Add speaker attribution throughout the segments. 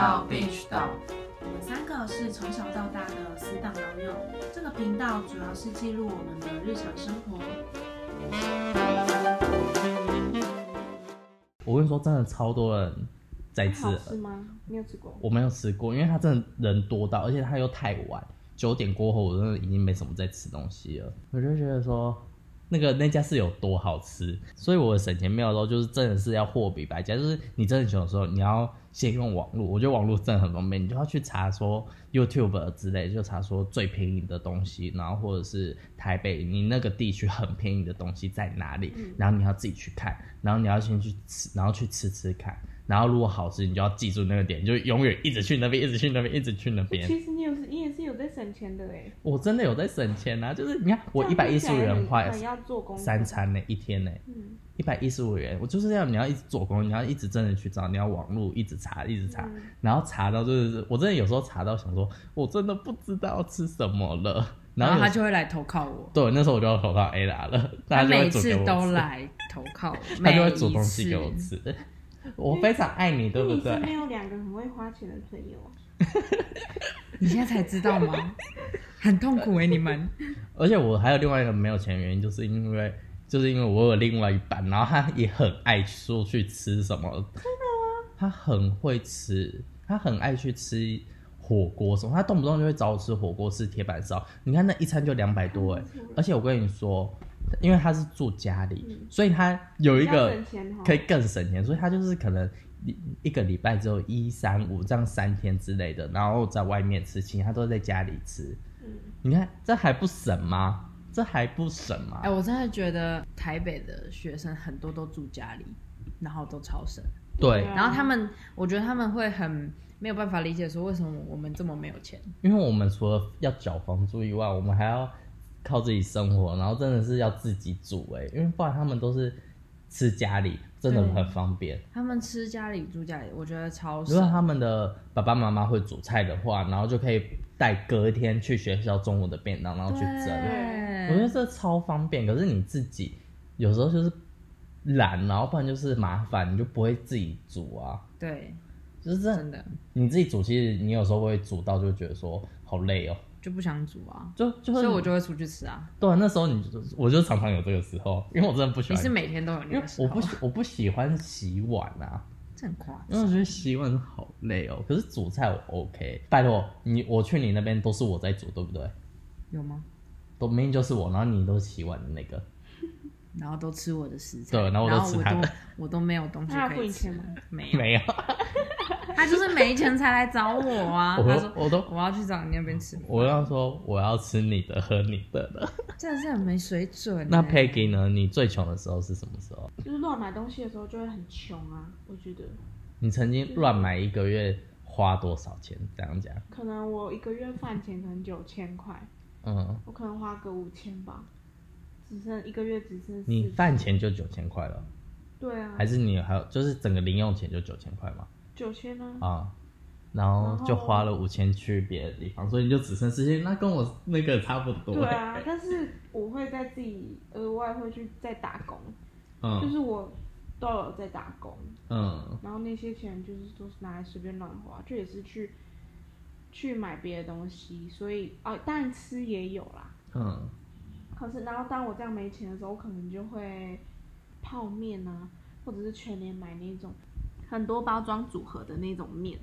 Speaker 1: 告。我们三个是从小到大的死党老友，这个频道主要是记录我们的日常生活。
Speaker 2: 我跟你说，真的超多人在吃
Speaker 3: 好，吃吗？没有吃过。
Speaker 2: 我没有吃过，因为它真的人多到，而且它又太晚，九点过后我真的已经没什么在吃东西了。我就觉得说，那个那家是有多好吃，所以我省钱妙招就是真的是要货比百家，就是你真的穷的时候，你要先用网络，我觉得网络真的很方便，你就要去查说 YouTube 之类，就查说最便宜的东西，然后或者是台北你那个地区很便宜的东西在哪里，
Speaker 3: 嗯
Speaker 2: 然后你要自己去看，然后你要先去吃，然后去吃吃看。然后如果好吃，你就要记住那个点，就永远一直去那边，一直去那边，一直去那边。
Speaker 3: 其实你有你也是有在省钱的哎。
Speaker 2: 我真的有在省钱啊！就是你看，我一
Speaker 3: 这
Speaker 2: 百
Speaker 3: 样
Speaker 2: 一
Speaker 3: 听
Speaker 2: 十
Speaker 3: 起
Speaker 2: 五
Speaker 3: 来
Speaker 2: 元
Speaker 3: 很
Speaker 2: 花
Speaker 3: 很要做功课
Speaker 2: 三。餐呢、一天呢、
Speaker 3: 嗯，
Speaker 2: 一百一十五元，我就是要你要一直做工，你要一直真的去找，你要网络一直查，
Speaker 4: 嗯
Speaker 2: 一直查，
Speaker 3: 嗯
Speaker 2: 然后查到就是我真的有时候查到想说，我真的不知道吃什么了，
Speaker 4: 然
Speaker 2: 然
Speaker 4: 后
Speaker 2: 后
Speaker 4: 他
Speaker 2: 有时
Speaker 4: 就会来投靠我，
Speaker 2: 对那时候我就要投到 A 拉了，
Speaker 4: 他
Speaker 2: 大家就
Speaker 4: 每
Speaker 2: 会煮
Speaker 4: 次
Speaker 2: 给我
Speaker 4: 都
Speaker 2: 吃，
Speaker 4: 来投 靠我，
Speaker 2: 他就
Speaker 4: 每
Speaker 2: 会
Speaker 4: 一
Speaker 2: 煮东西给我
Speaker 4: 次。
Speaker 2: 吃，我非常爱你，对
Speaker 3: 那
Speaker 2: 不
Speaker 3: 你身
Speaker 2: 对？
Speaker 3: 边有两个很会花钱的朋友啊，
Speaker 4: 你现在才知道吗？很痛苦哎、你们。
Speaker 2: 而且我还有另外一个没有钱的原因，就是因为就是因为我有另外一半，然后他也很爱说去吃什么，真的吗？他很会吃，他很爱去吃火锅什么，他动不动就会找我吃火锅、吃铁板烧。你看那一餐就两百多哎，
Speaker 3: 嗯
Speaker 2: 而且我跟你说，因为他是住家里，所以他有一
Speaker 3: 要
Speaker 2: 个
Speaker 3: 嗯省钱哈
Speaker 2: 可以更省钱，所以他就是可能一一个礼拜只有一三五这样三天之类的，然后在外面吃，其他都在家里吃。
Speaker 3: 嗯
Speaker 2: 你看这还不省吗？这还不省吗？
Speaker 4: 哎、我真的觉得台北的学生很多都住家里，然后都超省，
Speaker 2: 对，
Speaker 3: 对啊
Speaker 4: 然后他们，我觉得他们会很没有办法理解说为什么我们这么没有钱。
Speaker 2: 因为我们除了要缴房租以外，我们还要靠自己生活，然后真的是要自己煮哎、因为不然他们都是吃家里，真的
Speaker 4: 对
Speaker 2: 很方便。
Speaker 4: 他们吃家里住家里，我觉得超
Speaker 2: 如果
Speaker 4: 省。
Speaker 2: 他们的爸爸妈妈会煮菜的话，然后就可以带隔天去学校中午的便当，然后去蒸。
Speaker 4: 对
Speaker 2: 我觉得这超方便，可是你自己有时候就是懒，然后不然就是麻烦，你就不会自己煮啊。
Speaker 4: 对，
Speaker 2: 就是这
Speaker 4: 真的
Speaker 2: 你自己煮，其实你有时候会煮到就觉得说好累哦，
Speaker 4: 就不想煮啊，
Speaker 2: 就就是
Speaker 4: 所以我就会出去吃啊。
Speaker 2: 对啊，那时候你就我就常常有这个时候，因为我真的不喜
Speaker 4: 你
Speaker 2: 欢，
Speaker 4: 是每天都有
Speaker 2: 因
Speaker 4: 那
Speaker 2: 为
Speaker 4: 个时
Speaker 2: 我
Speaker 4: 候，
Speaker 2: 不喜我不喜欢洗碗啊，
Speaker 4: 这很夸
Speaker 2: 因为我
Speaker 4: 张。
Speaker 2: 觉得洗碗好累哦。可是煮菜我 OK，拜托你我去你那边都是我在煮，对不对？
Speaker 4: 有吗？
Speaker 2: 都明明就是我，然后你都是洗碗的那个，
Speaker 4: 然后都吃我的食材，
Speaker 2: 对然后我都
Speaker 4: 然后
Speaker 2: 吃
Speaker 4: 我
Speaker 2: 他的
Speaker 4: 都我都没有东西
Speaker 3: 那他付
Speaker 4: 可
Speaker 3: 你
Speaker 4: 以吃
Speaker 3: 钱吗，
Speaker 4: 没有，
Speaker 2: 没有，
Speaker 4: 他就是没钱才来找我啊。
Speaker 2: 我
Speaker 4: 他
Speaker 2: 都
Speaker 4: 说
Speaker 2: 我都
Speaker 4: 我要去找你那边吃饭，
Speaker 2: 我要说我要吃你的，喝你的了。
Speaker 4: 真的是很没水准欸。
Speaker 2: 那 Peggy 呢？你最穷的时候是什么时候？
Speaker 3: 就是乱买东西的时候就会很穷啊。我觉得
Speaker 2: 你曾经乱买一个月花多少钱？这样讲，
Speaker 3: 可能我一个月饭钱可能九千块，
Speaker 2: 嗯，
Speaker 3: 我可能花个五千吧，只剩一个月只剩四
Speaker 2: 你饭钱就九千块了，
Speaker 3: 对啊
Speaker 2: 还，是你还有就是整个零用钱就九千块嘛？
Speaker 3: 九千啊，
Speaker 2: 啊、然后就花了五千去别的地方，所以你就只剩四千，那跟我那个差不多、
Speaker 3: 对啊，但是我会在自己额外会去再打工，就
Speaker 2: 嗯
Speaker 3: 是我都有在打工，
Speaker 2: 嗯，
Speaker 3: 然后那些钱就是都是拿来随便乱花，就也是去去买别的东西，所以啊、哦，当然吃也有啦。
Speaker 2: 嗯，
Speaker 3: 可是，然后当我这样没钱的时候，我可能就会泡面啊，或者是全年买那种很多包装组合的那种面，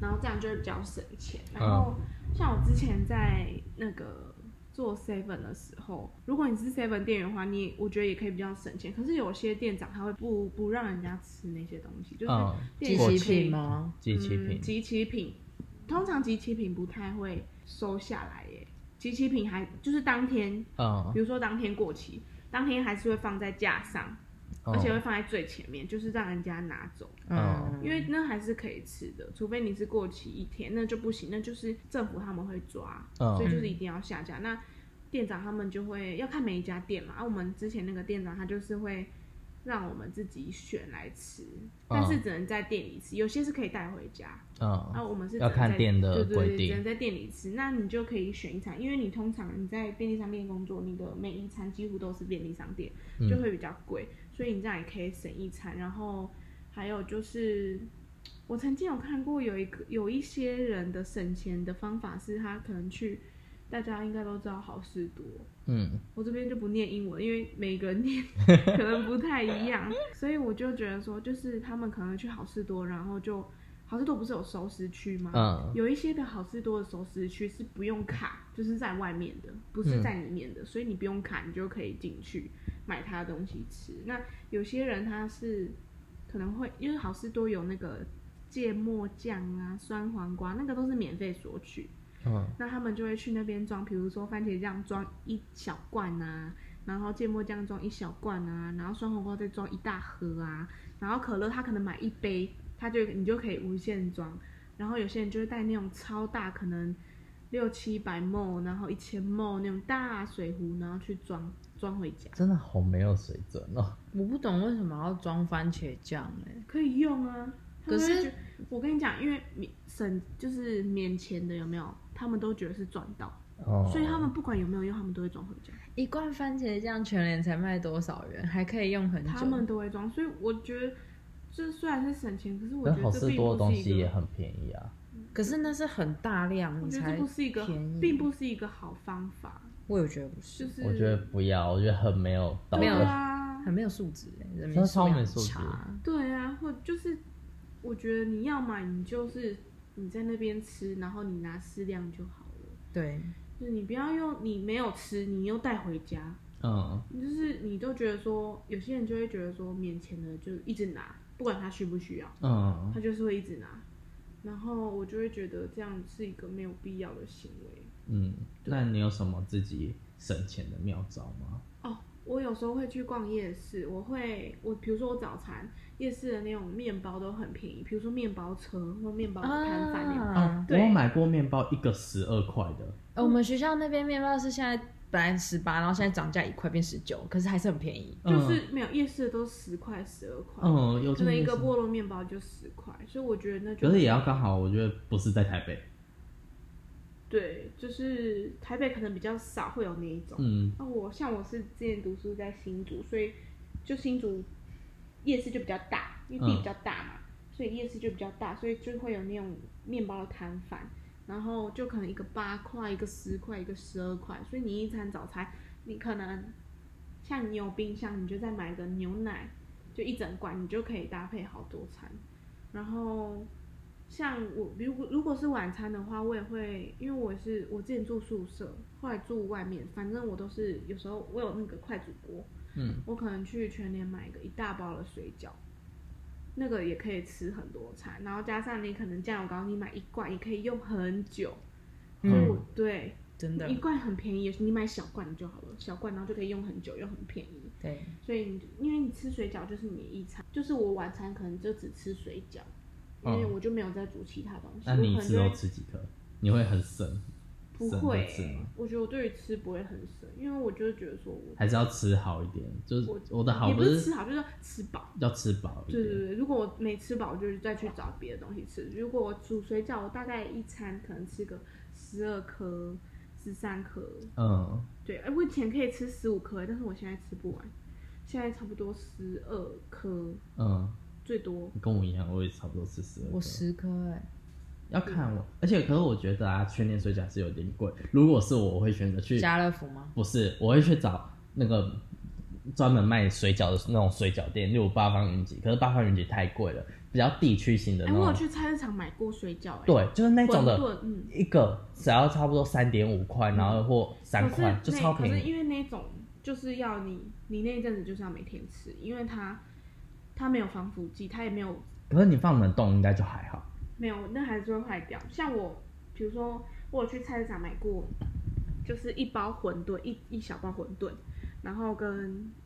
Speaker 3: 然后这样就会比较省钱。然后
Speaker 2: 嗯
Speaker 3: 像我之前在那个做 seven 的时候，如果你是 seven 店员的话，你也我觉得也可以比较省钱。可是有些店长他会不不让人家吃那些东西，就是
Speaker 2: 嗯
Speaker 3: 店
Speaker 2: 过
Speaker 3: 员
Speaker 4: 机
Speaker 2: 期
Speaker 4: 器
Speaker 3: 可以
Speaker 4: 品吗？
Speaker 2: 机器品
Speaker 3: 嗯，集齐品，通常集齐品不太会收下来耶。集齐品还就是当天
Speaker 2: 嗯
Speaker 3: 比如说当天过期，当天还是会放在架上，而且
Speaker 2: 嗯
Speaker 3: 会放在最前面，就是让人家拿走，
Speaker 2: 嗯
Speaker 3: 因为那还是可以吃的，除非你是过期一天，那就不行，那就是政府他们会抓，
Speaker 2: 嗯
Speaker 3: 所以就是一定要下架。那店长他们就会要看每一家店嘛，啊，我们之前那个店长他就是会。让我们自己选来吃，
Speaker 2: 哦
Speaker 3: 但是只能在店里吃，有些是可以带回家。
Speaker 2: 嗯
Speaker 3: 啊，我们是
Speaker 2: 要
Speaker 3: 只能
Speaker 2: 看
Speaker 3: 在
Speaker 2: 店的
Speaker 3: 对对
Speaker 2: 规
Speaker 3: 对，
Speaker 2: 定
Speaker 3: 只能在店里吃。那你就可以选一餐，因为你通常你在便利商店工作，你的每一餐几乎都是便利商店，
Speaker 2: 嗯
Speaker 3: 就会比较贵，所以你这样也可以省一餐。然后还有就是，我曾经有看过有一个有一些人的省钱的方法是，他可能去，大家应该都知道好事多，
Speaker 2: 嗯，
Speaker 3: 我这边就不念英文，因为每个 人念可能不太一样，所以我就觉得说，就是他们可能去好事多，然后就好事多不是有熟食区吗？
Speaker 2: 嗯
Speaker 3: 有一些的好事多的熟食区是不用卡，就是在外面的，不是在里
Speaker 2: 嗯
Speaker 3: 面的，所以你不用卡，你就可以进去买他的东西吃。那有些人他是可能会因为好事多有那个芥末酱啊、酸黄瓜，那个都是免费索取，
Speaker 2: 嗯，
Speaker 3: 那他们就会去那边装，比如说番茄酱装一小罐啊，然后芥末酱装一小罐啊，然后酸黄瓜再装一大盒啊，然后可乐他可能买一杯，他就你就可以无限装。然后有些人就会带那种超大，可能六七百 ml，然后一千 ml 那种大水壶，然后去装装回家，
Speaker 2: 真的好没有水准哦。
Speaker 4: 我不懂为什么要装番茄酱哎、
Speaker 3: 可以用啊。他们
Speaker 4: 可是
Speaker 3: 会觉我跟你讲，因为免省就是免钱的有没有？他们都觉得是赚到，
Speaker 2: 哦，
Speaker 3: 所以他们不管有没有用，他们都会装回家。
Speaker 4: 一罐番茄酱全年才卖多少元？还可以用很久。
Speaker 3: 他们都会装，所以我觉得这虽然是省钱，可是我
Speaker 2: 但
Speaker 3: 觉
Speaker 2: 好
Speaker 3: 得这
Speaker 2: 事
Speaker 3: 并
Speaker 2: 多的
Speaker 3: 不
Speaker 2: 东
Speaker 3: 是
Speaker 2: 西
Speaker 3: 一
Speaker 2: 也
Speaker 3: 个，嗯
Speaker 2: 很便宜啊。
Speaker 4: 可是那是很大量，
Speaker 3: 我
Speaker 4: 你
Speaker 3: 觉
Speaker 4: 才
Speaker 3: 得这不是一个
Speaker 4: 便宜，
Speaker 3: 并不是一个好方法，
Speaker 4: 我也觉得不是，
Speaker 3: 就是
Speaker 2: 我觉得不要，我觉得很没有道
Speaker 4: 没
Speaker 2: 德。
Speaker 4: 有
Speaker 3: 对啊，
Speaker 4: 很没有素质、欸，人
Speaker 2: 真
Speaker 4: 民
Speaker 2: 的
Speaker 4: 素
Speaker 2: 超没
Speaker 4: 养
Speaker 2: 素质
Speaker 4: 差。
Speaker 3: 对啊，或就是我觉得你要买，你就是你在那边吃，然后你拿适量就好了，
Speaker 4: 对，
Speaker 3: 就是你不要用你没有吃，你又带回家，
Speaker 2: 嗯，
Speaker 3: 就是你都觉得说，有些人就会觉得说，免钱的就一直拿，不管他需不需要，
Speaker 2: 嗯，
Speaker 3: 他就是会一直拿，然后我就会觉得这样是一个没有必要的行为。
Speaker 2: 嗯，那你有什么自己省钱的妙招吗？
Speaker 3: 哦，我有时候会去逛夜市，我会我比如说我早餐夜市的那种面包都很便宜，比如说面包车或面包哦摊贩那种。
Speaker 4: 啊，
Speaker 2: 我
Speaker 3: 嗯对
Speaker 2: 有买过面包，一个十二块的，
Speaker 4: 呃我们学校那边面包是现在本来十八，然后现在涨价一块变十九，可是还是很便宜。
Speaker 3: 就是没有夜市的都十块十二块，
Speaker 2: 嗯，有
Speaker 3: 可能一个
Speaker 2: 波，
Speaker 3: 菠萝面包就十块，所以我觉得那就
Speaker 2: 可是也要刚好，我觉得不是在台北，
Speaker 3: 对，就是台北可能比较少会有那一种。
Speaker 2: 嗯
Speaker 3: 那、我像我是之前读书在新竹，所以就新竹夜市就比较大，因为地比较大嘛，所以夜市就比较大，所以就会有那种面包的摊贩，然后就可能一个八块，一个十块，一个十二块，所以你一餐早餐，你可能像你有冰箱，你就再买个牛奶，就一整罐，你就可以搭配好多餐。然后像我，如果如果是晚餐的话，我也会，因为我是我之前住宿舍，后来住外面，反正我都是有时候我有那个快煮锅，
Speaker 2: 嗯，
Speaker 3: 我可能去全联买个一大包的水饺，那个也可以吃很多餐，然后加上你可能酱油膏，你买一罐也可以用很久。所以我
Speaker 4: 嗯，
Speaker 3: 对，
Speaker 4: 真的
Speaker 3: 一，罐很便宜，你买小罐就好了，小罐然后就可以用很久，又很便宜。
Speaker 4: 对，
Speaker 3: 所以你就因为你吃水饺就是你的一餐，就是我晚餐可能就只吃水饺，因为
Speaker 2: 嗯
Speaker 3: 我就没有再煮其他东西。
Speaker 2: 那你一
Speaker 3: 我可能
Speaker 2: 次
Speaker 3: 就
Speaker 2: 都
Speaker 3: 会
Speaker 2: 吃几颗？你会很省，
Speaker 3: 不
Speaker 2: 省
Speaker 3: 会
Speaker 2: 着吃吗？
Speaker 3: 我觉得我对于吃不会很省，因为我就是觉得说我
Speaker 2: 还是要吃好一点，就是
Speaker 3: 我
Speaker 2: 我的好
Speaker 3: 也不
Speaker 2: 是
Speaker 3: 吃好，就是吃饱。
Speaker 2: 要吃饱一
Speaker 3: 对对
Speaker 2: 点，
Speaker 3: 对，如果我没吃饱，我就是再去找别的东西吃。如果我煮水饺，我大概一餐可能吃个十二颗、十三颗。
Speaker 2: 嗯，
Speaker 3: 对，哎，我以前可以吃十五颗，但是我现在吃不完，现在差不多十二颗
Speaker 2: 嗯，
Speaker 3: 最多。
Speaker 2: 跟我一样，我也差不多吃十二。
Speaker 4: 我十颗哎、
Speaker 2: 要看我，而且可是我觉得啊，全年水饺是有点贵。如果是我，我会选择去，
Speaker 4: 家乐福吗？
Speaker 2: 不是，我会去找那个专门卖水饺的那种水饺店，例如八方云集。可是八方云集太贵了，比较地区型的
Speaker 3: 哎、
Speaker 2: 那
Speaker 3: 我有
Speaker 2: 种，
Speaker 3: 去菜市场买过水饺、哎，
Speaker 2: 哦对，就是那种
Speaker 3: 馄
Speaker 2: 的
Speaker 3: 饨，嗯，
Speaker 2: 一个只要差不多三点五块，然后或三
Speaker 3: 可是
Speaker 2: 块，
Speaker 3: 那
Speaker 2: 就超便
Speaker 3: 可是
Speaker 2: 宜。
Speaker 3: 因为那种就是要你，你那一阵子就是要每天吃，因为它它没有防腐剂，它也没有
Speaker 2: 可是你放冷冻应该就还好。
Speaker 3: 没有，那还是会坏掉。像我，比如说我有去菜市场买过，就是一包馄饨，一一小包馄饨，然后跟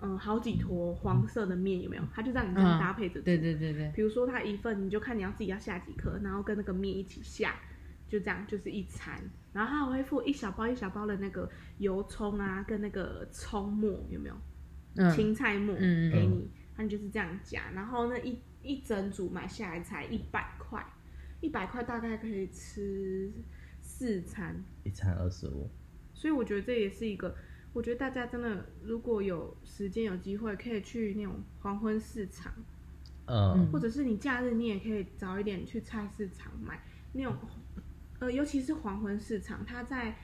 Speaker 3: 嗯好几坨黄色的面，有没有？它就让你这
Speaker 4: 嗯
Speaker 3: 样搭配着、吃。
Speaker 4: 对对对对，
Speaker 3: 比如说它一份，你就看你要自己要下几颗，然后跟那个面一起下，就这样就是一餐。然后它还会附一小包一小包的那个油葱啊，跟那个葱末有没有？
Speaker 4: 嗯，
Speaker 3: 青菜末
Speaker 4: 嗯
Speaker 3: 给你，那、你就是这样夹。然后那一一整组买下来才一百块，一百块大概可以吃四餐。
Speaker 2: 一餐二十五，
Speaker 3: 所以我觉得这也是一个，我觉得大家真的如果有时间有机会，可以去那种黄昏市场，
Speaker 2: 嗯，
Speaker 3: 或者是你假日你也可以早一点去菜市场买那种，呃，尤其是黄昏市场，它在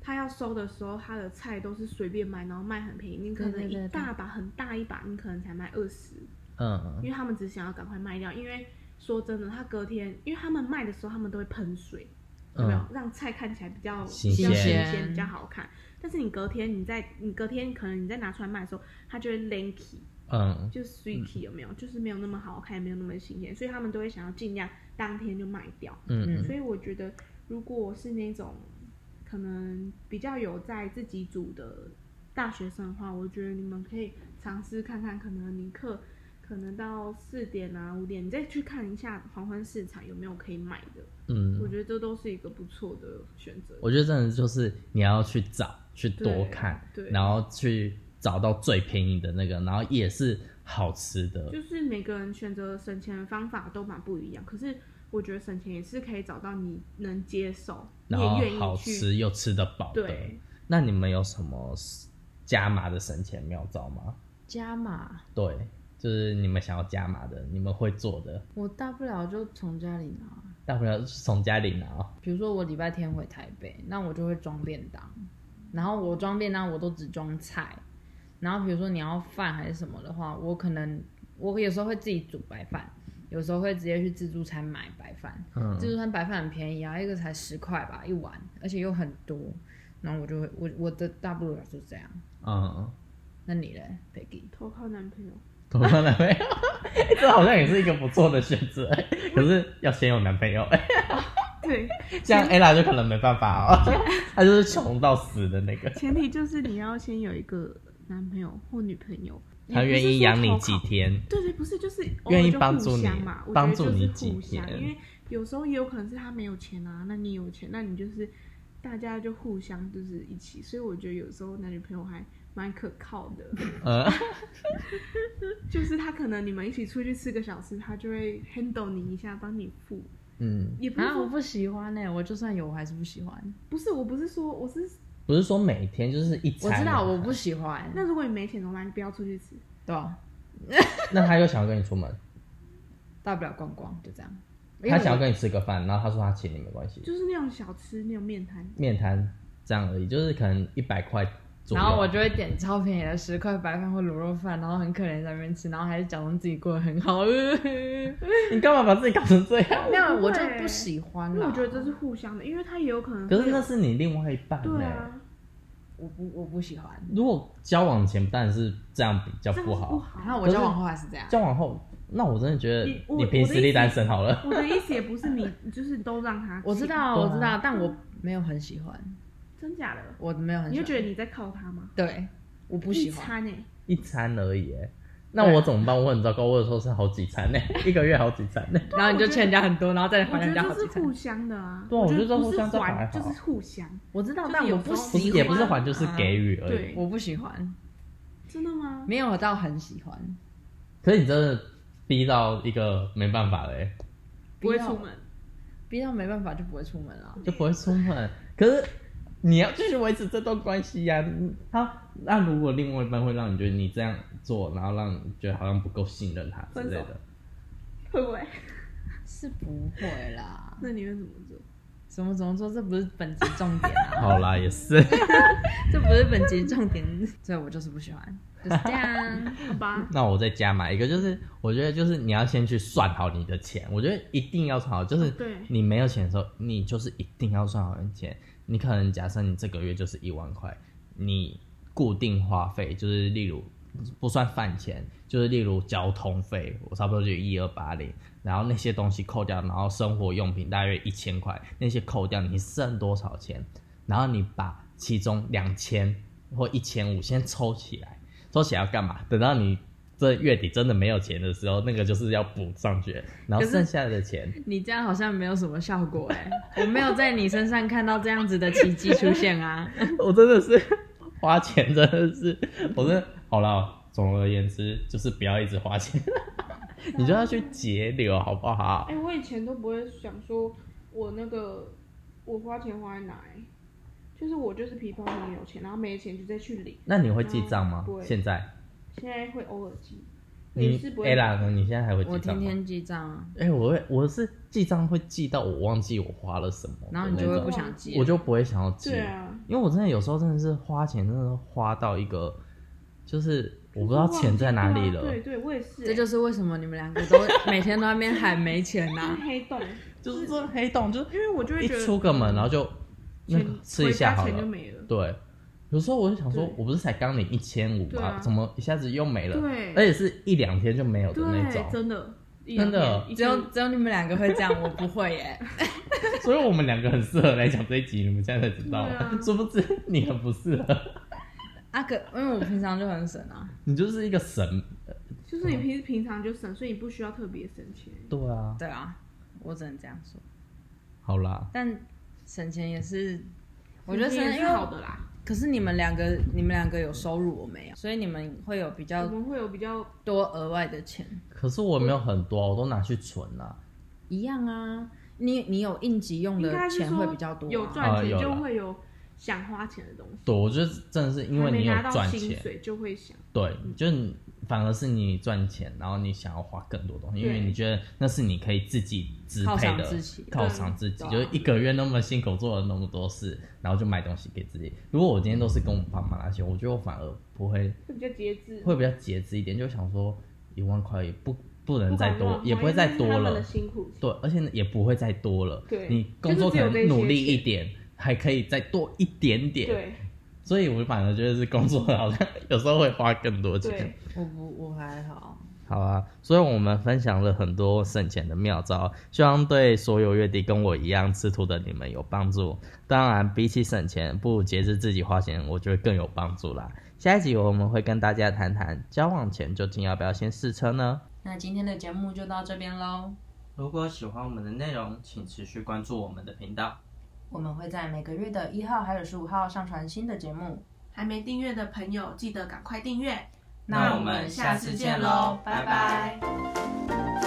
Speaker 3: 它要收的时候，它的菜都是随便买，然后卖很便宜，你可
Speaker 4: 对
Speaker 3: 能
Speaker 4: 对对
Speaker 3: 一
Speaker 4: 对
Speaker 3: 大把很大一把，你可能才卖二十，
Speaker 2: 嗯
Speaker 3: 因为他们只想要赶快卖掉，因为。说真的，他隔天，因为他们卖的时候，他们都会喷水，有没有、
Speaker 2: 嗯，
Speaker 3: 让菜看起来比较
Speaker 2: 新
Speaker 3: 比较新
Speaker 4: 鲜
Speaker 3: 鲜、比较好看？但是你隔天，你在你隔天可能你再拿出来卖的时候，它就会 lanky，
Speaker 2: 嗯，
Speaker 3: 就是 sweet 有没有？就是没有那么好看，也没有那么新鲜，所以他们都会想要尽量当天就卖掉。
Speaker 2: 嗯，
Speaker 3: 所以我觉得，如果是那种可能比较有在自己煮的大学生的话，我觉得你们可以尝试看看，可能你课可能到四点啊五点，你再去看一下黄昏市场有没有可以买的。
Speaker 2: 嗯
Speaker 3: 我觉得这都是一个不错的选择。
Speaker 2: 我觉得真的就是你要去找，去多看，
Speaker 3: 对对
Speaker 2: 然后去找到最便宜的那个，然后也是好吃的。
Speaker 3: 就是每个人选择省钱的方法都蛮不一样，可是我觉得省钱也是可以找到你能接受，你
Speaker 2: 然
Speaker 3: 也
Speaker 2: 后
Speaker 3: 愿
Speaker 2: 好
Speaker 3: 意去。
Speaker 2: 吃又吃得饱的
Speaker 3: 对。
Speaker 2: 那你们有什么加码的省钱妙招吗？
Speaker 4: 加码，
Speaker 2: 对，就是你们想要加码的，你们会做的，
Speaker 4: 我大不了就从家里拿。
Speaker 2: 大不了是从家里拿哦。
Speaker 4: 比如说我礼拜天回台北，那我就会装便当，然后我装便当我都只装菜，然后比如说你要饭还是什么的话，我可能我有时候会自己煮白饭，有时候会直接去自助餐买白饭，
Speaker 2: 嗯
Speaker 4: 自助餐白饭很便宜啊，一个才十块吧一碗，而且又很多，然后我就会我我的大不了就这样。
Speaker 2: 嗯，
Speaker 4: 那你嘞，Peggy？
Speaker 3: 投靠男朋友，
Speaker 2: 怎么办男朋友？ 这好像也是一个不错的选择，可是要先有男朋友。
Speaker 3: 对，
Speaker 2: 像 Ella 就可能没办法哦，她就是穷到死的那个，
Speaker 3: 前提就是你要先有一个男朋友或女朋友，
Speaker 2: 她愿意养你几
Speaker 3: 也不是说投靠。
Speaker 2: 天。
Speaker 3: 对对，不是就是偶尔
Speaker 2: 愿意
Speaker 3: 就
Speaker 2: 帮助
Speaker 3: 互
Speaker 2: 你
Speaker 3: 相嘛，我觉
Speaker 2: 帮
Speaker 3: 得
Speaker 2: 助
Speaker 3: 就是
Speaker 2: 你几
Speaker 3: 互相，
Speaker 2: 天
Speaker 3: 因为有时候也有可能是他没有钱啊，那你有钱，那你就是大家就互相就是一起，所以我觉得有时候男女朋友还蛮可靠的。
Speaker 2: 呃，
Speaker 3: 就是他可能你们一起出去吃个小吃，他就会 handle 你一下，帮你付。
Speaker 2: 嗯，
Speaker 3: 也不是
Speaker 4: 啊，
Speaker 3: 说、
Speaker 4: 我不喜欢呢、我就算有，我还是不喜欢。
Speaker 3: 不是，我不是说我是。
Speaker 2: 不是说每天就是一餐
Speaker 4: 我
Speaker 2: 啊，
Speaker 4: 知道我不喜欢，
Speaker 3: 那如果你没钱怎么办？你不要出去吃。
Speaker 4: 对吧？
Speaker 2: 那她又想要跟你出门，
Speaker 4: 大不了逛逛，就这样。因
Speaker 2: 她
Speaker 4: 为
Speaker 2: 想要
Speaker 4: 我
Speaker 2: 跟你吃个饭，然后她说她请你没关系，
Speaker 3: 就是那种小吃，那种面摊，
Speaker 2: 面摊这样而已，就是可能一百块左
Speaker 4: 然
Speaker 2: 右。
Speaker 4: 后我就会点超便宜的十块白饭或卤肉饭，然后很可怜在那边吃，然后还是假装自己过得很好。
Speaker 2: 你干嘛把自己搞成这 样？
Speaker 4: 没有，我就不喜欢
Speaker 3: 因
Speaker 4: 啦。
Speaker 3: 为我觉得这是互相的，因为他也有可能会
Speaker 2: 可
Speaker 3: 有。
Speaker 2: 是那是你另外一半
Speaker 3: 对
Speaker 2: 呢、
Speaker 3: 啊，
Speaker 4: 我不我不喜欢。
Speaker 2: 如果交往前当然是这样比较
Speaker 3: 这
Speaker 2: 欸
Speaker 3: 样
Speaker 2: 不
Speaker 3: 是不
Speaker 2: 好，
Speaker 3: 好。
Speaker 4: 然后我交往后还是这样，
Speaker 2: 交往后，那我真的觉得
Speaker 3: 你我
Speaker 2: 你凭实力单身好了。
Speaker 3: 我的意思也不是你，就是都让他。
Speaker 4: 我知，道我知道，但我没有很喜欢，
Speaker 3: 真假的，
Speaker 4: 我没有很
Speaker 3: 你
Speaker 4: 喜欢。
Speaker 3: 就觉得你在靠他吗？
Speaker 4: 对，我不喜
Speaker 3: 一
Speaker 4: 欢。
Speaker 3: 餐欸
Speaker 2: 一餐而已耶。那我怎么办？我很糟糕，我有时候是好几餐呢，一个月好几餐欸呢。
Speaker 4: 然后你就欠人家很多，然后再
Speaker 3: 我
Speaker 4: 还
Speaker 3: 觉
Speaker 4: 人家
Speaker 3: 得
Speaker 4: 好
Speaker 3: 这
Speaker 4: 几
Speaker 3: 是
Speaker 4: 餐
Speaker 3: 互。相的啊。
Speaker 2: 对啊我
Speaker 3: 觉
Speaker 2: 觉得
Speaker 3: 不是
Speaker 2: 互相都还
Speaker 3: 还，
Speaker 2: 好
Speaker 3: 就是互相。
Speaker 4: 我知道
Speaker 3: 就，是
Speaker 4: 但
Speaker 3: 有
Speaker 4: 我
Speaker 3: 时候
Speaker 4: 喜
Speaker 2: 不是，
Speaker 4: 欢，
Speaker 2: 也不是还，就是给予而已
Speaker 3: 对。
Speaker 4: 我不喜欢，
Speaker 3: 真的吗？
Speaker 4: 没有到很喜欢。
Speaker 2: 可是你真的逼到一个没办法欸嘞，
Speaker 3: 不
Speaker 4: 逼
Speaker 3: 会
Speaker 4: 到
Speaker 3: 出门。
Speaker 4: 逼到没办法就不会出门啊了。
Speaker 2: 就不会出门。可是你要继续维持这段关系呀、好，那如果另外一半会让你觉得你这样做，然后让你觉得好像不够信任他之类
Speaker 3: 分
Speaker 2: 的，
Speaker 3: 会不会？
Speaker 4: 是不会啦，
Speaker 3: 那你会怎么做？
Speaker 4: 怎么怎么说？这不是本集重点啊，
Speaker 2: 好啦，也是。
Speaker 4: 这不是本集重点，所以我就是不喜 欢，就是这
Speaker 2: 啊
Speaker 4: 样。
Speaker 3: 好吧，
Speaker 2: 那我再加码一个，就是我觉得就是你要先去算好你的钱，我觉得一定要算好，就是
Speaker 3: 对
Speaker 2: 你没有钱的时候，你就是一定要算好你的钱。你可能假设你这个月就是一万块，你固定花费就是例如不算饭钱，就是例如交通费，我差不多就一二八零，然后那些东西扣掉，然后生活用品大约一千块，那些扣掉你剩多少钱？然后你把其中两千或一千五先抽起来，抽起来要干嘛？等到你这月底真的没有钱的时候，那个就是要补上去，然后剩下的钱，
Speaker 4: 你这样好像没有什么效果哎、我没有在你身上看到这样子的奇迹出现 啊。
Speaker 2: 我真的是花钱，真的是，我真的好了。总而言之，就是不要一直花钱， 你就要去节流，好不好
Speaker 3: 哎、？我以前都不会想说，我那个我花钱花在哪、欸，就是我就是皮包里有钱，然后没钱就再去领。
Speaker 2: 那你会记账吗
Speaker 3: 不？会
Speaker 2: 现在
Speaker 3: 现在会偶尔记，你
Speaker 2: 你
Speaker 3: 是不会
Speaker 2: A 啦，你现在还会
Speaker 4: 我
Speaker 2: 记账
Speaker 4: 天
Speaker 2: 吗？
Speaker 4: 天记账啊，
Speaker 2: 哎、我会，我是记账会记到我忘记我花了什么的那种，
Speaker 4: 然后你就会不想记了，
Speaker 2: 我就不会想要记
Speaker 3: 对，啊，
Speaker 2: 因为我真的有时候真的是花钱，真的是花到一个，就是我不知道钱在哪里了，
Speaker 3: 对啊对，我也是、欸
Speaker 4: 这就是为什么你们两个都每天都在那边喊没钱啊呐、
Speaker 3: 就是黑洞，
Speaker 2: 就是这黑洞，就是
Speaker 3: 因为我就会
Speaker 2: 一
Speaker 3: 觉得嗯
Speaker 2: 出个门，然后就那个
Speaker 3: 钱
Speaker 2: 吃一下好
Speaker 3: 回家钱就
Speaker 2: 了，
Speaker 3: 没了。
Speaker 2: 对。有时候我就想说
Speaker 3: 对，
Speaker 2: 我不是才刚领一千五
Speaker 3: 对
Speaker 2: 吗
Speaker 3: 啊？
Speaker 2: 怎么一下子又没了？
Speaker 3: 对
Speaker 2: 而且是一两天就没有的那
Speaker 3: 对，
Speaker 2: 种。
Speaker 3: 真的，
Speaker 2: 真的
Speaker 3: 一
Speaker 4: 只有只有你们两个会这样，我不会耶。
Speaker 2: 所以我们两个很适合来讲这一集，你们现在才知道
Speaker 3: 对啊。
Speaker 2: 殊不知你很不适合，
Speaker 4: 啊，可因为我平常就很省啊，
Speaker 2: 你就是一个神。
Speaker 3: 就是
Speaker 2: 嗯
Speaker 3: 你平平常就省，所以你不需要特别省钱。
Speaker 2: 对啊，
Speaker 4: 对啊，我只能这样说。
Speaker 2: 好啦，
Speaker 4: 但省钱也是，我觉得省
Speaker 3: 省钱
Speaker 4: 钱
Speaker 3: 也
Speaker 4: 因
Speaker 3: 是
Speaker 4: 为
Speaker 3: 好的啦，
Speaker 4: 可是你们两个，你们两个有收入，我没有，所以你们会有比
Speaker 3: 我
Speaker 4: 较
Speaker 3: 们会有比较
Speaker 4: 多额外的钱。
Speaker 2: 可是我没有很多，啊我都拿去存啦、
Speaker 4: 一样啊，你你有应急用
Speaker 3: 应
Speaker 4: 的
Speaker 3: 该是
Speaker 4: 钱
Speaker 3: 说
Speaker 4: 会比较多、啊，
Speaker 3: 有
Speaker 2: 啊
Speaker 3: 赚
Speaker 2: 有
Speaker 3: 钱
Speaker 2: 啦
Speaker 3: 就会有想花钱的东西，
Speaker 2: 对，我觉得真的是因为
Speaker 3: 还没
Speaker 2: 你有
Speaker 3: 拿到
Speaker 2: 赚
Speaker 3: 薪
Speaker 2: 钱，
Speaker 3: 水就会想，
Speaker 2: 对，就是你反而是你赚钱，然后你想要花更多东西，因为
Speaker 3: 对
Speaker 2: 你觉得那是你可以自己支
Speaker 4: 犒
Speaker 2: 配
Speaker 4: 赏
Speaker 2: 的，
Speaker 4: 自己
Speaker 2: 犒赏自己，
Speaker 4: 对
Speaker 3: 啊
Speaker 2: 就是一个月那么辛苦做了那么多事，然后就买东西给自己。如果我今天都是跟我爸妈那些，我觉得我反而不会
Speaker 3: 会比较节制，
Speaker 2: 会比较节制一点，就想说一万块也不不能
Speaker 3: 不
Speaker 2: 再
Speaker 3: 敢
Speaker 2: 多，
Speaker 3: 乱
Speaker 2: 也
Speaker 3: 花
Speaker 2: 不会
Speaker 3: 因为
Speaker 2: 再
Speaker 3: 这是
Speaker 2: 多
Speaker 3: 他们
Speaker 2: 了
Speaker 3: 的，辛苦钱
Speaker 2: 对，而且也不会再多了。
Speaker 3: 对
Speaker 2: 你工作可
Speaker 3: 就是只
Speaker 2: 能
Speaker 3: 有那
Speaker 2: 努
Speaker 3: 些
Speaker 2: 力一
Speaker 3: 钱
Speaker 2: 点，还可以再多一点点。
Speaker 3: 对
Speaker 2: 所以我反而觉得是工作 好像有时候会花更多钱
Speaker 3: 对。，
Speaker 4: 我不我还好，
Speaker 2: 好啊，所以我们分享了很多省钱的妙招，希望对所有月底跟我一样吃土的你们有帮助。当然，比起省钱，不如节制自己花钱，我觉得更有帮助啦。下一集我们会跟大家谈谈交往前究竟要不要先试车呢？
Speaker 5: 那今天的节目就到这边喽，
Speaker 2: 如果喜欢我们的内容，请持续关注我们的频道。
Speaker 5: 我们会在每个月的一号还有十五号上传新的节目。
Speaker 1: 还没订阅的朋友记得赶快订阅。
Speaker 5: 那我们下次见喽，拜拜